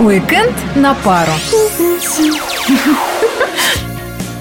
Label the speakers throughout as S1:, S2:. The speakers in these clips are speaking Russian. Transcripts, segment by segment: S1: Уикенд на пару.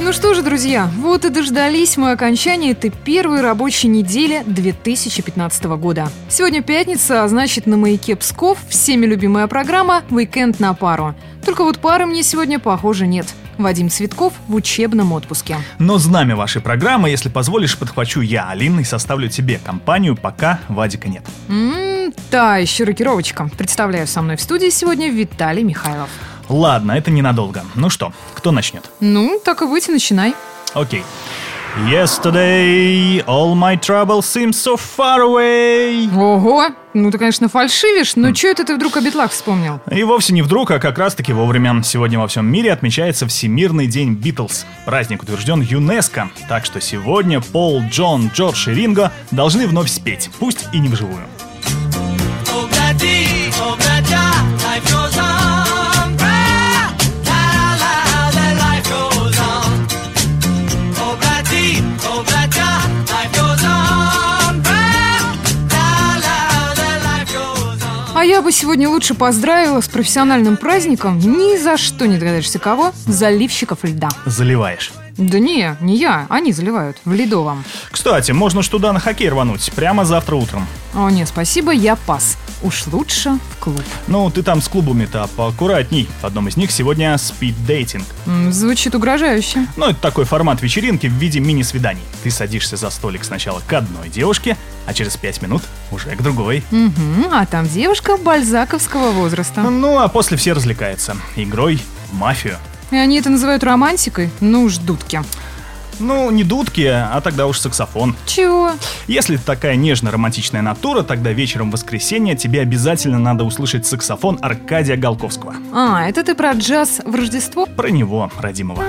S1: Ну что же, друзья, вот и дождались мы окончания этой первой рабочей недели 2015 года. Сегодня пятница, а значит на маяке Псков всеми любимая программа «Уикенд на пару». Только вот пары мне сегодня, похоже, нет. Вадим Цветков в учебном отпуске.
S2: Но знамя вашей программы, если позволишь, подхвачу я, Алина, и составлю тебе компанию, пока Вадика нет.
S1: М, М-м, та еще рокировочка. Представляю со мной в студии сегодня Виталий Михайлов.
S2: Ладно, это ненадолго. Ну что, кто начнет?
S1: Ну, так и быть, начинай.
S2: Окей. Yesterday, all my troubles seem so far away.
S1: Ого, ну ты, конечно, фальшивишь, но что это ты вдруг о битлах вспомнил?
S2: И вовсе не вдруг, а как раз-таки вовремя. Сегодня во всем мире отмечается Всемирный день Битлз. Праздник утвержден ЮНЕСКО, так что сегодня Пол, Джон, Джордж и Ринго должны вновь спеть, пусть и не вживую.
S3: Oh, Daddy, oh, Dada, life goes on. Rah, la, la, la, the life goes on. Oh, Daddy, oh, Dada, life goes on. Rah, la, la, the life goes on.
S1: А я бы сегодня лучше поздравила с профессиональным праздником ни за что не догадаешься кого, заливщиков льда.
S2: Заливаешь.
S1: Да не, не я, они заливают, в ледовом.
S2: Кстати, можно ж туда на хоккей рвануть, прямо завтра утром.
S1: О, не, спасибо, я пас. Уж лучше в клуб.
S2: Ну, ты там с клубами-то поаккуратней. В одном из них сегодня спид-дейтинг.
S1: М, Звучит угрожающе.
S2: Ну, это такой формат вечеринки в виде мини-свиданий. Ты садишься за столик сначала к одной девушке, а через пять минут уже к другой.
S1: Мгм, а там девушка бальзаковского возраста.
S2: Ну, а после все развлекаются. Игрой в мафию.
S1: И они это называют романтикой? Ну уж дудки.
S2: Ну, не дудки, а тогда уж саксофон.
S1: Чего?
S2: Если ты такая нежно-романтичная натура, тогда вечером в воскресенье тебе обязательно надо услышать саксофон Аркадия Голковского.
S1: А, это ты про джаз в Рождество?
S2: Про него, родимого.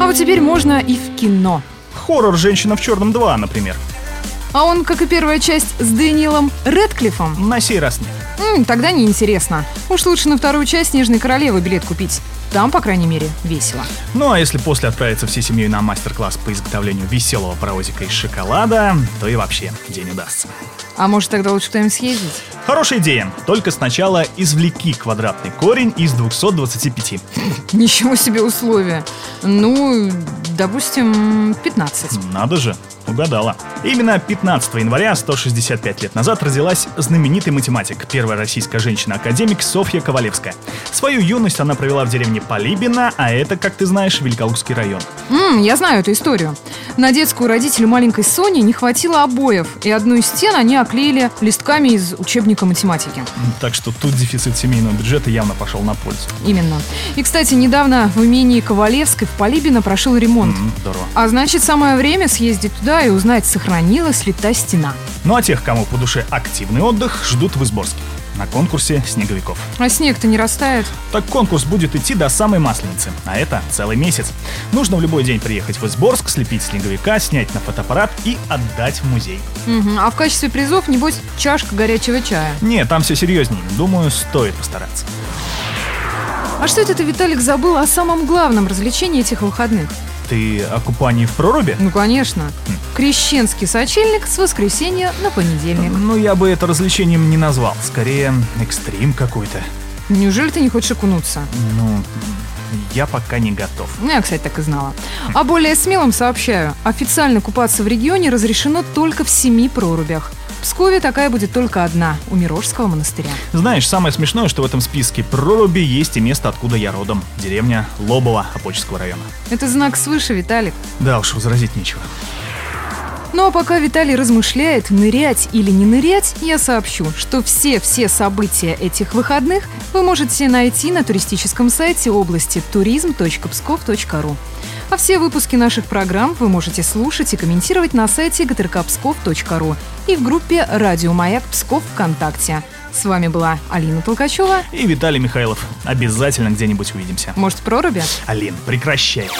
S1: А вот теперь можно и в кино.
S2: Хоррор «Женщина в черном 2», например.
S1: А он, как и первая часть, с Дэниелом Редклиффом?
S2: На сей раз нет.
S1: М, тогда неинтересно. Уж лучше на вторую часть «Снежной королевы» билет купить. Там, по крайней мере, весело.
S2: Ну а если после отправиться всей семьей на мастер-класс по изготовлению веселого паровозика из шоколада, то и вообще день удастся.
S1: А может, тогда лучше куда-нибудь съездить?
S2: Хорошая идея, только сначала извлеки квадратный корень из 225.
S1: Ничего себе условия. Ну, допустим, 15.
S2: Надо же, угадала. Именно 15 января 165 лет назад родилась знаменитый математик, первая российская женщина-академик Софья Ковалевская. Свою юность она провела в деревне Полибина, а это, как ты знаешь, Великолукский район.
S1: М, я знаю эту историю. На детскую родителю маленькой Сони не хватило обоев, и одну из стен они оклеили листками из учебника математики.
S2: Так что тут дефицит семейного бюджета явно пошел на пользу.
S1: Именно. И, кстати, недавно в имении Ковалевской в Полибино прошел ремонт.
S2: М, Здорово.
S1: А значит, самое время съездить туда и узнать, сохранилась ли та стена.
S2: Ну а тех, кому по душе активный отдых, ждут в Изборске на конкурсе снеговиков.
S1: А снег-то не растает.
S2: Так конкурс будет идти до самой Масленицы, а это целый месяц. Нужно в любой день приехать в Изборск, слепить снеговика, снять на фотоаппарат и отдать в музей.
S1: Мгм. А в качестве призов, небось, чашка горячего чая.
S2: Не, там все серьезнее. Думаю, стоит постараться.
S1: А что это ты, Виталик, забыл о самом главном развлечении этих выходных?
S2: Ты о купании в проруби?
S1: Ну, конечно. Крещенский сочельник с воскресенья на понедельник.
S2: Ну, я бы это развлечением не назвал. Скорее, экстрим какой-то.
S1: Неужели ты не хочешь окунуться?
S2: Ну, я пока не готов.
S1: Ну, я, кстати, так и знала. А более смелым сообщаю. Официально купаться в регионе разрешено только в семи прорубях. В Пскове такая будет только одна – у Мирожского монастыря.
S2: Знаешь, самое смешное, что в этом списке проруби есть и место, откуда я родом. Деревня Лобова Опоческого района.
S1: Это знак свыше, Виталик.
S2: Да уж, возразить нечего.
S1: Ну а пока Виталий размышляет, нырять или не нырять, я сообщу, что все-все события этих выходных вы можете найти на туристическом сайте области turism.pskov.ru. А все выпуски наших программ вы можете слушать и комментировать на сайте gtrkpskov.ru и в группе «Радио Маяк Псков ВКонтакте». С вами была Алина Толкачева.
S2: И Виталий Михайлов. Обязательно где-нибудь увидимся.
S1: Может, в проруби?
S2: Алин, прекращай.